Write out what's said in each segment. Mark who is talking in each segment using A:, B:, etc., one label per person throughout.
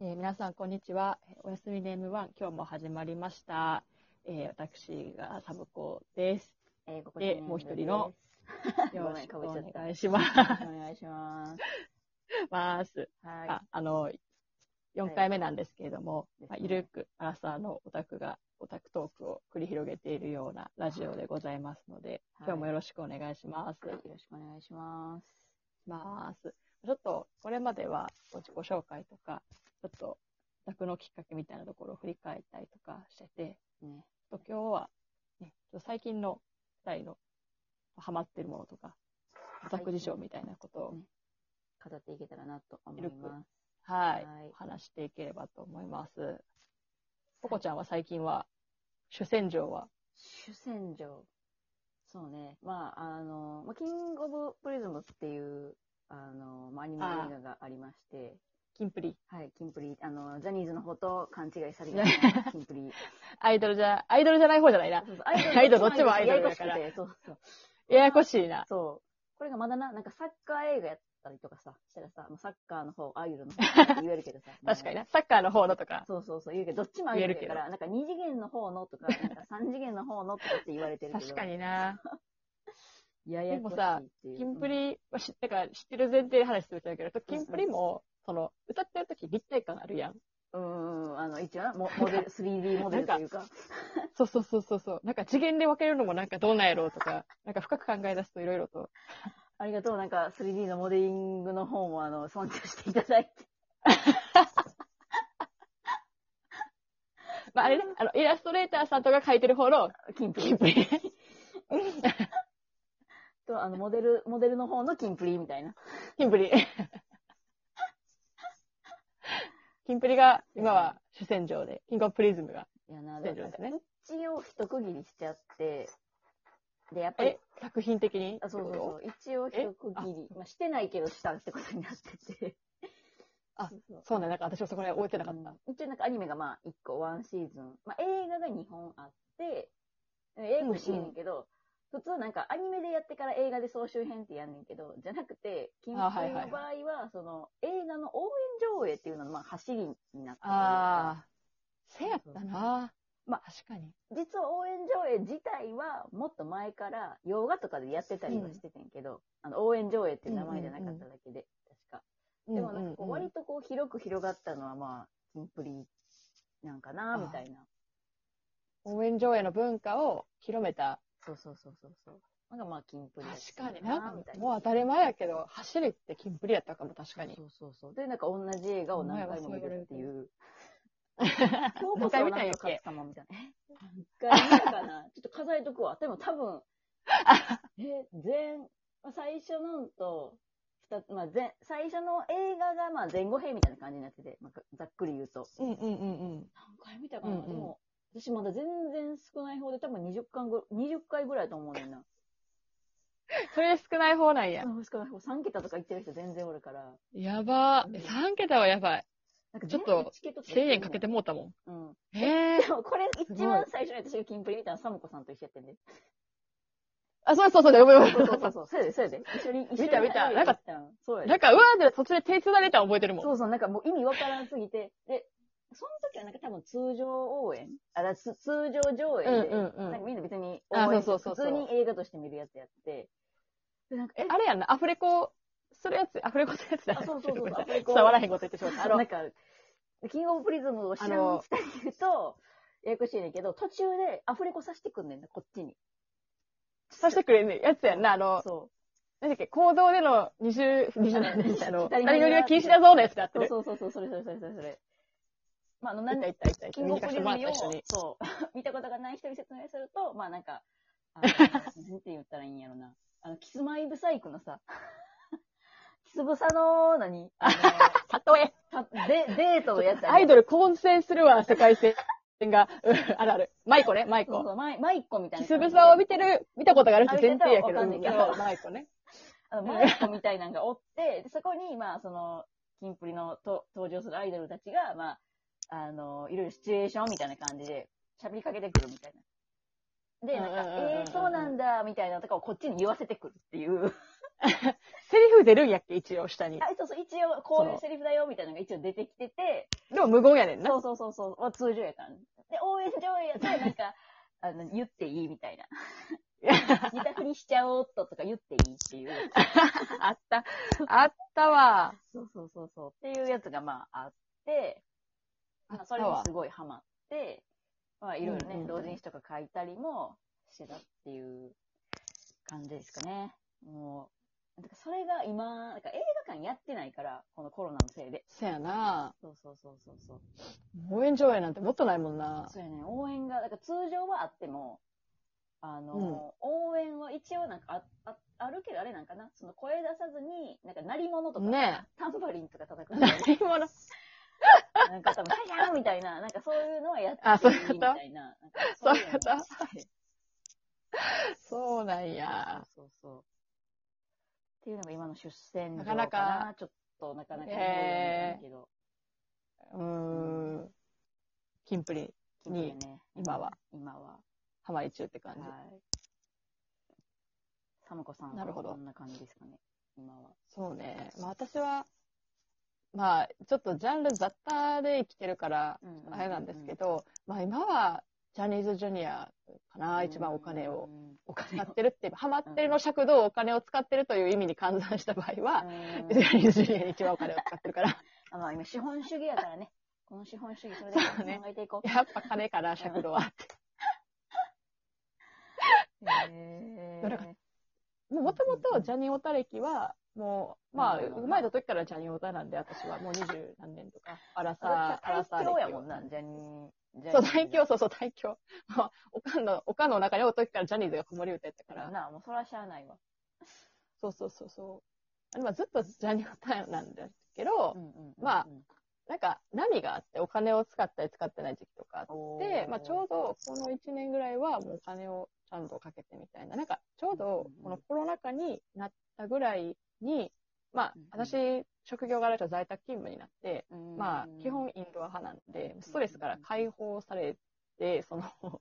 A: えー皆さん、こんにちは。えーおやすみネーム1、今日も始まりました。えー私がサブコです。
B: えー、ここ
A: でもう一人の。よ
B: ご
A: ろ
B: め
A: し
B: ん
A: く
B: かぶっちゃっ
A: お
B: た
A: 願いしま
B: お願いします。
A: す。
B: は
A: ああの、4回目なんですけれども、
B: です
A: まあ
B: ね
A: ゆるくアラサーのオタクがオタクトークを繰り広げているようなラジオでございますので、
B: はい
A: 今日もよろしくお願いします。
B: い。よろしくお願いします。
A: ます。ちょっと、これまでは自己紹介とか、ちょっと、オタクのきっかけみたいなところを振り返ったりとかしてて、
B: ね。
A: ちょっと今日は、ね、ちょっと最近の2人のハマってるものとか、オタク事情みたいなことを
B: ね、語っていけたらなと思い
A: ゆる
B: ます。
A: はい
B: はい、
A: お話していければと思います。ポコちゃんは最近は、主戦場は、
B: 主戦場。そうね。まあ、あの、まあ、キングオブプリズムっていう、あの、まあ、アニメ映画がありまして、
A: キンプリ。
B: はい、キンプリ、あの、ジャニーズの方と勘違いされがちなキンプ リ。
A: アイドルじゃ、アイドルじゃない方じゃないな。
B: そうそう
A: アイドルどっちもアイドルだから
B: ややこしくてそうそう。
A: ややこしいな。。
B: そう。これがまだな、なんかサッカー映画やったりとかさ、したらさ、もうサッカーの方、アイドルの方って言えるけどさ
A: 確かに
B: ね。
A: な。サッカーの方のとか。
B: そうそうそう、言うけど、どっちもアイドルだから、なんか二次元の方のとか、なんか三次元の方のとかって言われてるけど。
A: 確か。にな。
B: ややこしいっていう。
A: キンプリは知ってから知ってる前提で話してるけど、キンプリも、その、歌ってる時立体感あるやん。
B: うん、うん、あの、一応なモモデル、3D モデルというか。
A: そうそうそうそうそう。なんか次元で分けるのもなんかどうなんやろうとか、なんか深く考え出すといろいろと。
B: ありがとう、なんか 3D のモデリングの方も、あの、尊重していただいて。
A: まああれね、あの、イラストレーターさんとか書いてる方の、
B: キンプ
A: キン
B: リ
A: プリ。
B: と、あの、モデル、モデルの方のキンプリみたいな。
A: キンプリ。 キンプリが、今は主戦場で、キングオブプリズムが
B: いやな、
A: 主戦場
B: でもな
A: で
B: んか
A: すね。
B: 一応一区切りしちゃって、で、やっぱり
A: え、作品的に
B: あそうそう
A: ってこ
B: そう。一応一区切り。まあ、してないけどしたってことになってて。
A: あ
B: そうそう
A: とそうね、なんか私もそこら辺終えてなかった。
B: うん一応なんかアニメがまあ、一個、ワンシーズン。まあ、映画が2本あって、映画もしてんねんけど、普通なんかアニメでやってから映画で総集編ってやんねんけど、じゃなくて、キンプリの
A: あ
B: 場
A: はいはい
B: 合は、その映画の応援上映っていうののまあ、走りになってたから
A: ああ。せやったなま
B: ま
A: あ確かに。
B: 実は応援上映自体はもっと前から洋画とかでやってたりはしててんけど、あの応援上映っていう名前じゃなかっただけで、確か。でもなんかこう割とこう広く広がったのはまあ、キンプリなんかな、みたいな。
A: 応援上映の文化を広めた。
B: そうそうそうそうそう。なんかまあ、キンプリやって
A: 確
B: た
A: かになん
B: みた
A: か
B: い
A: もう当たり前やけど、走りってキンプリやったかも確かに。
B: そうそうそう。で、なんか同じ映画を何回も見るっていう。
A: そう何回見たんやっ
B: 神
A: け
B: 様みたいな。え何回見たかなちょっと数えとくわ。でも多 分、え、全、まあ最初のんと、二つまあ、前最初の映画がまあ前後編みたいな感じになってて、まあ、ざっくり言うと。
A: うんうんうんうん。
B: 何回見たかな、
A: うんうん
B: でも、私まだ全然少ない方で多分20回ぐ20回ぐらいだと思うねんな。
A: それで少ない方なんや
B: あ。少ない方、3桁とか言ってる人全然おるから。
A: やば
B: う
A: ー。
B: ん
A: え3桁はやばい。
B: なんか
A: ちょっと
B: チケットと
A: 1000円かけて
B: も。
A: もうたも
B: うん。
A: ん。ええ
B: でもこれ
A: ごい
B: 一番最初に私がキンプリ見たのはサムコさんと一緒やってん で。
A: あ、そうそうそう、読む
B: そ
A: 読
B: う
A: む
B: そうそうそう。そうやで、そうやで。一緒に、一緒に。
A: 見た見たなんか、
B: そうや
A: なん
B: で。
A: か、うわーって途中で手繋いでたの覚えてるもん。
B: そうそう、なんかもう意味わからんすぎて。で、その時はなんか多分通常応援あ、だつ通常上映で、
A: うんうんうん
B: なんかみんな別に応
A: あ
B: 援
A: そうそうそうそう
B: 普通に映画として見るやつやって。で、なんか、
A: え、あれやんな、アフレコするやつ、アフレコするやつだ。
B: あそうそう そう
A: ごめんなさい
B: アフレコ
A: 伝わらへんこと言ってしまった。あの
B: なん、か、キングオブプリズムを知らん人に言うと、ややこしいねんけど、途中でアフレコさせてくんねんな、こっちに。
A: さしてくれるやつやんな、あの、
B: そう。
A: なんだっけ、行動での二重、二重なんであの、
B: 二人乗りは
A: 誰よりは禁止だぞのやつだって
B: そう
A: る。
B: そうそうそう、それそれそれそれそれ。まあ、あの、
A: い
B: 何
A: たいたいたいた。
B: キングオ
A: 見
B: ブ
A: さ
B: プ
A: せて
B: リズ
A: も
B: ム
A: らった一緒
B: を
A: に。、
B: そう、見 たことがない人に説明すると、まあなんか、あのなんて言ったらいいんやろな。あの、キスマイブサイクのさ、 キスブサの、何あの、
A: たとえ、
B: たデデートのやつ
A: アイド
B: ル。
A: ル混戦するわ、世界戦が。うんあるある。マイコね、マイ
B: そう
A: コ。
B: そう、マイマイコみたい
A: キ
B: な
A: ス
B: 感じで。
A: ブサを見てる、見たことがある人
B: あ見
A: 全
B: てた
A: 然やけど、
B: わかんないけど
A: うんマイコね。
B: あの、 マイコみたいなのがおって、でそこに、まあ、その、キンプリのと登場するアイドルたちが、まあ、あの、いろいろシチュエーションみたいな感じで、喋りかけてくるみたいな。で、なんか
A: うんうんうんうん、
B: えー、そうなんだ、みたいなのとかをこっちに言わせてくるっていう。
A: セリフ出るんやっけ一応下に。
B: あ、そうそう、一応、こういうセリフだよ、みたいなのが一応出てきてて、
A: でも無言やねんな。
B: そうそうそうそう、まあ通常やからね。で、応援上映 やったら、なんか、あの、言っていいみたいな。自宅にしちゃおうっととか言っていいっていうやつ。
A: あった。 あったわ。
B: そうそうそうそう。っていうやつがまああって、まあ、それ
A: あった
B: も
A: わ
B: すごいハマって、まあいろいろね、
A: うんうんうん
B: 同人誌とか書いたりもしてたっていう感じですかね。もう、なんかそれが今、なんか映画館やってないから、このコロナのせいで。
A: せやな。
B: そうそうそうそうそう。
A: 応援上映なんてもっとないもんな。
B: そうやね、応援が、なんか通常はあっても、あの、
A: うん
B: 応援は一応なんかあ、あ、あるけどあれなんかな、その声出さずに、なんか鳴り物とか、
A: ね
B: タンバリンとか叩 く
A: え。
B: の
A: 何者
B: なんか多分、はいはいみたいな、なんかそういうのはやって
A: あそう
B: い
A: いうこと
B: いみたいな。なんかのをして
A: そうなんや。
B: そうそうそう。っていうのが今の出戦
A: なかなか
B: ちょっとなかなか
A: ね
B: 思うよ
A: え
B: うになったけど、
A: うーん。キンプリ、
B: 気になるね、
A: 今は。
B: 今は。
A: ハマり中って感
B: は
A: じ。
B: い。サムコさん
A: な
B: は
A: るほど
B: こんな感じですかね、今は。
A: そうね。まあ私は、まあ、ちょっとジャンル雑多で生きてるから、
B: うんうんうんうん
A: あれなんですけど、まあ今は、ジャニーズジュニアかな、一番お金を。
B: うん。
A: お金使ってるって、ハマってるの尺度をお金を使ってるという意味に換算した場合は、
B: う
A: ジ
B: ん
A: ャニーズジュニアに一番お金を使ってる から、
B: あまあ今資本主義やからね。この資本主義、それで考
A: そうね
B: えていこう。
A: やっぱ金から尺度は。
B: へ
A: だからもともとジャニオタ歴は、もう、まあ、
B: うん
A: 生まれた時からジャニオタなんで、私はもう二十何年とか、アラサー、アラサー
B: 大
A: 歴を
B: 凶やもんな、ジャニー。ジャニー
A: そう、大凶、そうそう、大凶。もうおかんの、おかんの中におる時からジャニーズが子守歌やったか
B: から
A: ら、
B: な、もうそらしゃあないわ。
A: そうそうそうそう。まあ、ずっとジャニオタなんですけど、まあなんか波があって、お金を使ったり使ってない時期とかあって
B: おー
A: で、まあ、ちょうどこの1年ぐらいはもうお金をちゃんとかけてみたいな、なんかちょうどこのコロナ禍になったぐらいに、まあ、
B: うんうん
A: 私、職業柄と在宅勤務になって、
B: あ、
A: まあ、基本インドア派なんで、ストレスから解放されて、その、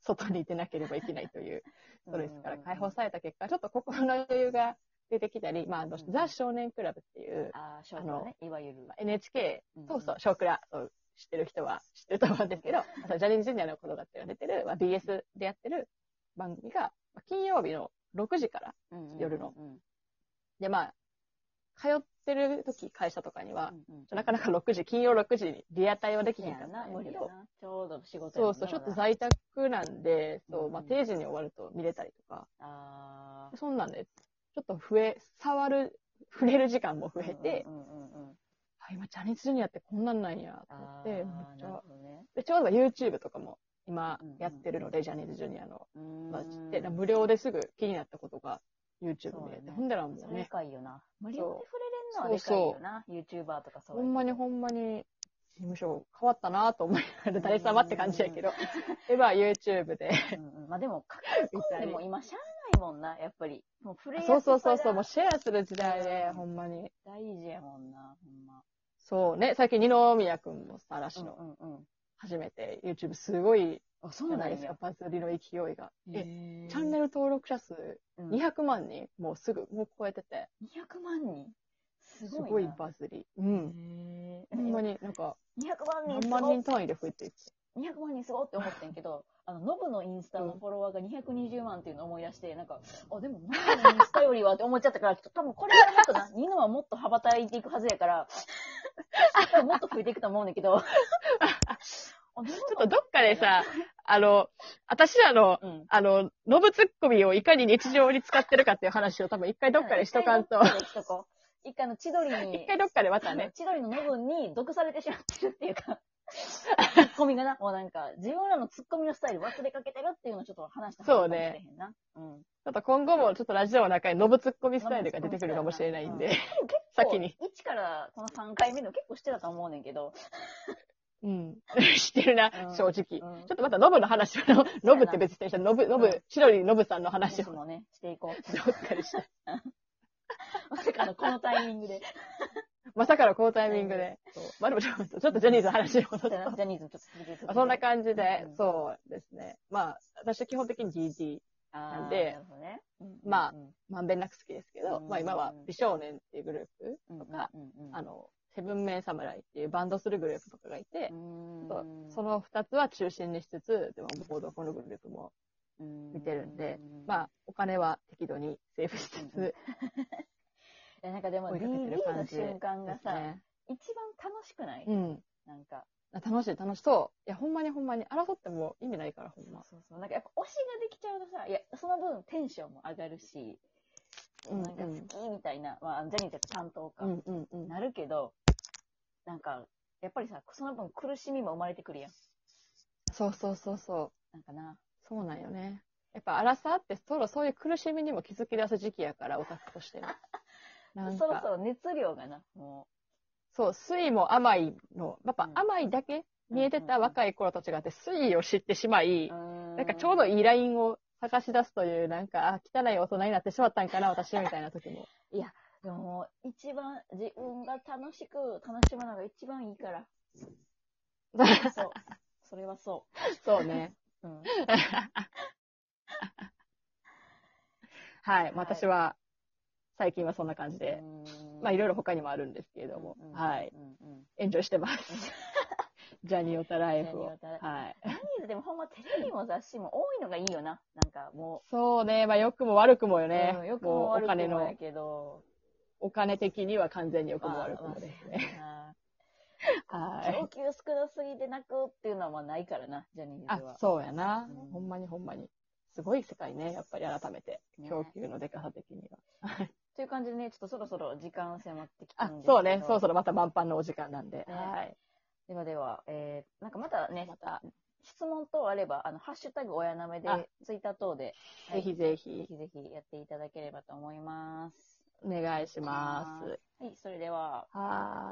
A: 外に出なければいけないという、ストレスから解放
B: れ
A: された結果、ちょっと心の余裕が出てきたり、まあ、あの
B: うん
A: ザ少年クラブっていう、
B: ああ、ショートね、いわゆる
A: まあ。NHK
B: ん
A: そうそう、少クラ、そう知ってる人は知ってると思うんですけど、あとジャニーズジュニアの子供たちが出てる、まあ、BS でやってる番組が、まあ金曜日の6時から。
B: うんうんうん
A: 夜の。
B: うん
A: で、まあ、通ってる時、会社とかには、
B: うん
A: なかなか6時、金曜6時にリアタイはでき
B: せ
A: ひん
B: や
A: かった
B: な、
A: んや
B: 無
A: け
B: 理や
A: ど、
B: な。ちょうど仕事
A: そうそう、ちょっと在宅なんで、そう、まあ、
B: うん
A: 定時に終わると見れたりとか、
B: ああ。
A: そんなんで、ちょっと増え、触る、触れる時間も増えて、
B: うんうんうんうん。
A: あ、今ジャニーズジュニアってこんなんなんや、と思
B: あ
A: っ
B: あ、
A: て、め
B: な
A: っ
B: る
A: ちゃ
B: ほどね。
A: で、ちょうど YouTube とかも今
B: うんうん
A: やってるので、ジャニーズジュニアの。
B: うーん
A: まあ、でだから無料ですぐ気になったことが YouTube
B: そう
A: 見れ
B: や
A: て、
B: ね
A: ほんだらも
B: そうれで
A: ね、
B: かいよな。無料
A: そう
B: で触れれんのはでかいよな。YouTuber とかそう
A: ほんまに
B: ん
A: ほんまに事務所変わったなと思いながら、誰様って感じやけど、で、まあ YouTube で、
B: うんうんまあでも、かかるコンビも今しゃあないもんな、やっぱり。もう触れやすさ
A: そう
B: が
A: そうそうそう、もうシェアする時代で、
B: うん
A: ほんまに。
B: 大事やもんな、ほんま。
A: そうね、最近二宮くんもさ、嵐の
B: うんうんうん。
A: 初めて YouTube すごい
B: あ、そ
A: じゃないですか、。バズりの勢いが。え、
B: え
A: チャンネ
B: ル
A: ル登録者数
B: 200
A: 200万人、もうすぐ、もう超えてて、
B: 万人す
A: す
B: ご
A: ご
B: い
A: い
B: な。
A: バズり。うん。
B: へー
A: ほんまになんか、
B: 200万人
A: 何
B: す
A: 万
B: ご
A: 人
B: っ
A: 単位で増えていく。
B: 200万人すごっって思ってん けど、あの、ノブのインスタのフォロワーが220万っていうのを思い出して、なんか、あ、でも、ノブのインスタよりはって思っちゃったから、ちょっと多分これからもっとな、ニノはもっと羽ばたいていくはずや から、多分もっと増えていくと思うねんだけど。ちょ
A: ちょっとどっかで さ、あの、私らの、
B: うん。
A: あの、ノブツッコミをいかに日常に使ってるかっていう話を多分一回どっかでしとかんと
B: 一回、どっかでしとこう一回あの千鳥に
A: 一、回どっかでまたね、
B: 千鳥のノブに毒されてしまってるっていう か、ツッコミがな、もうなんか、自分らのツッコミのスタイル忘れかけてるっていうのをちょっと話した
A: そうね
B: へんな。うん。
A: ちょっと今後もちょっとラジオの中にノブツッコミスタイルが出てくるかもしれないんで、先に。
B: こう1からこの3回目でも結構してたと思うねんけど。
A: うん。 知ってるな
B: うん、
A: 正直。ち
B: う
A: ょ
B: ん
A: っとまたノブの話を、ノブって別にしたノブ、ノ
B: うん
A: ブ、白いノブさんの話
B: 話
A: を
B: もね、していこう。
A: どっかでした。
B: まさかのこのタイミ ングで。
A: まさかのこのタイミングで。そうまあでもちょっと、ちょっとジャニーズの話に戻
B: そ
A: っ
B: うや
A: た
B: なジャニーズもちょっと続けて
A: まあそんな感じで、
B: うん
A: そうですね。まあ、私基本的に GG
B: あー
A: で
B: なるほどね
A: まあ
B: うんうん
A: まんべんなく好きですけど、
B: うん
A: まあ今は美少年っていうグループとか、、
B: うんうんうん
A: あ、の、セブンメン侍っていうバンドするグループとかがいて、そうそ
B: の、
A: の二つは中心にしつつ、でもボードこのグループも、
B: 見
A: 見てるんで、まあ、お金は適度にセーブしつ
B: うん
A: つ、
B: いやなんかでも
A: 追い
B: DD
A: かけてる
B: の
A: 感じ
B: 瞬間が
A: です
B: さ、
A: ね。
B: 一番楽しくない、
A: うん。
B: なんか、
A: 楽しい楽しそう。いや、ほんまにほんまに。争っても意味ないから、ほんま。
B: そうそう。なんかやっぱ推しができちゃうとさ、いや、その分テンションも上がるし、
A: うん
B: なんか好きみたいな、まあ、ジャニーズやったら担当か、
A: うんうんうん。
B: なるけど、なんか、やっぱりさ、その分苦しみも生まれてくるやん。
A: そうそうそうそう。
B: なんかな。
A: そうなんよね。やっぱ、アラサーって、そろそういう苦しみにも気づき出す時期やから、オタクとして は。なん
B: そろそ
A: か、
B: ろ熱量がな、も
A: そう、水も甘いの、やっぱ
B: うん
A: 甘いだけ見えてた若い頃と違って、水を知ってしま
B: う。
A: い、
B: ー
A: なんかちょうど
B: い
A: いいラインを探し出すという、なんか、あ、汚い大人になってしまったんかな、私はみたいな時も。
B: でももう、一番自分が楽しく楽しむのが一番いいから。そう。それはそ
A: そうね。
B: う。うん。
A: はいい。私は、最近はそんな感じで。まあいろ
B: ろい
A: いろ他にもあるんですけれども、はい。。
B: うんうん
A: エンジョイしてます。ジャニオタライフ
B: ジャニ
A: を
B: オ。タライフ
A: はい。
B: ジャニーズでもほんまテレビも雑誌も多いのがいいよな。なんかも
A: そうね、まあ良くも悪くもよ
B: う。
A: ね。
B: うんよく
A: も
B: も
A: うお
B: 悪く
A: 金
B: も
A: の
B: や、けど。
A: お金的には完全に良くも
B: まあ
A: 悪くもですね。
B: まあ
A: は
B: 上
A: い。
B: 級少なすぎて泣くっていうのはまあないからな、ジャニー
A: あ
B: ズは、。
A: そうやな
B: うん。
A: ほんまにほんまに。すごい世界ね、やっぱり改めて。
B: ね
A: 供給のデカさ的には。
B: という感じでね、ちょっとそろそろ時間迫ってきた
A: あ
B: んです、けど。
A: そうね、そろそろまた満帆のお時間なんで。はい。
B: ではでは、えー、なんかまたね、
A: また、
B: 質問等あれば、あの、ハッシュタグ親なめで
A: あ、
B: ツイッター等で、は
A: ぜ
B: い
A: ひぜ
B: ぜ
A: ひ、
B: ひぜひやっていただければと思います。
A: お願いします。
B: はい、それでは、
A: はーい。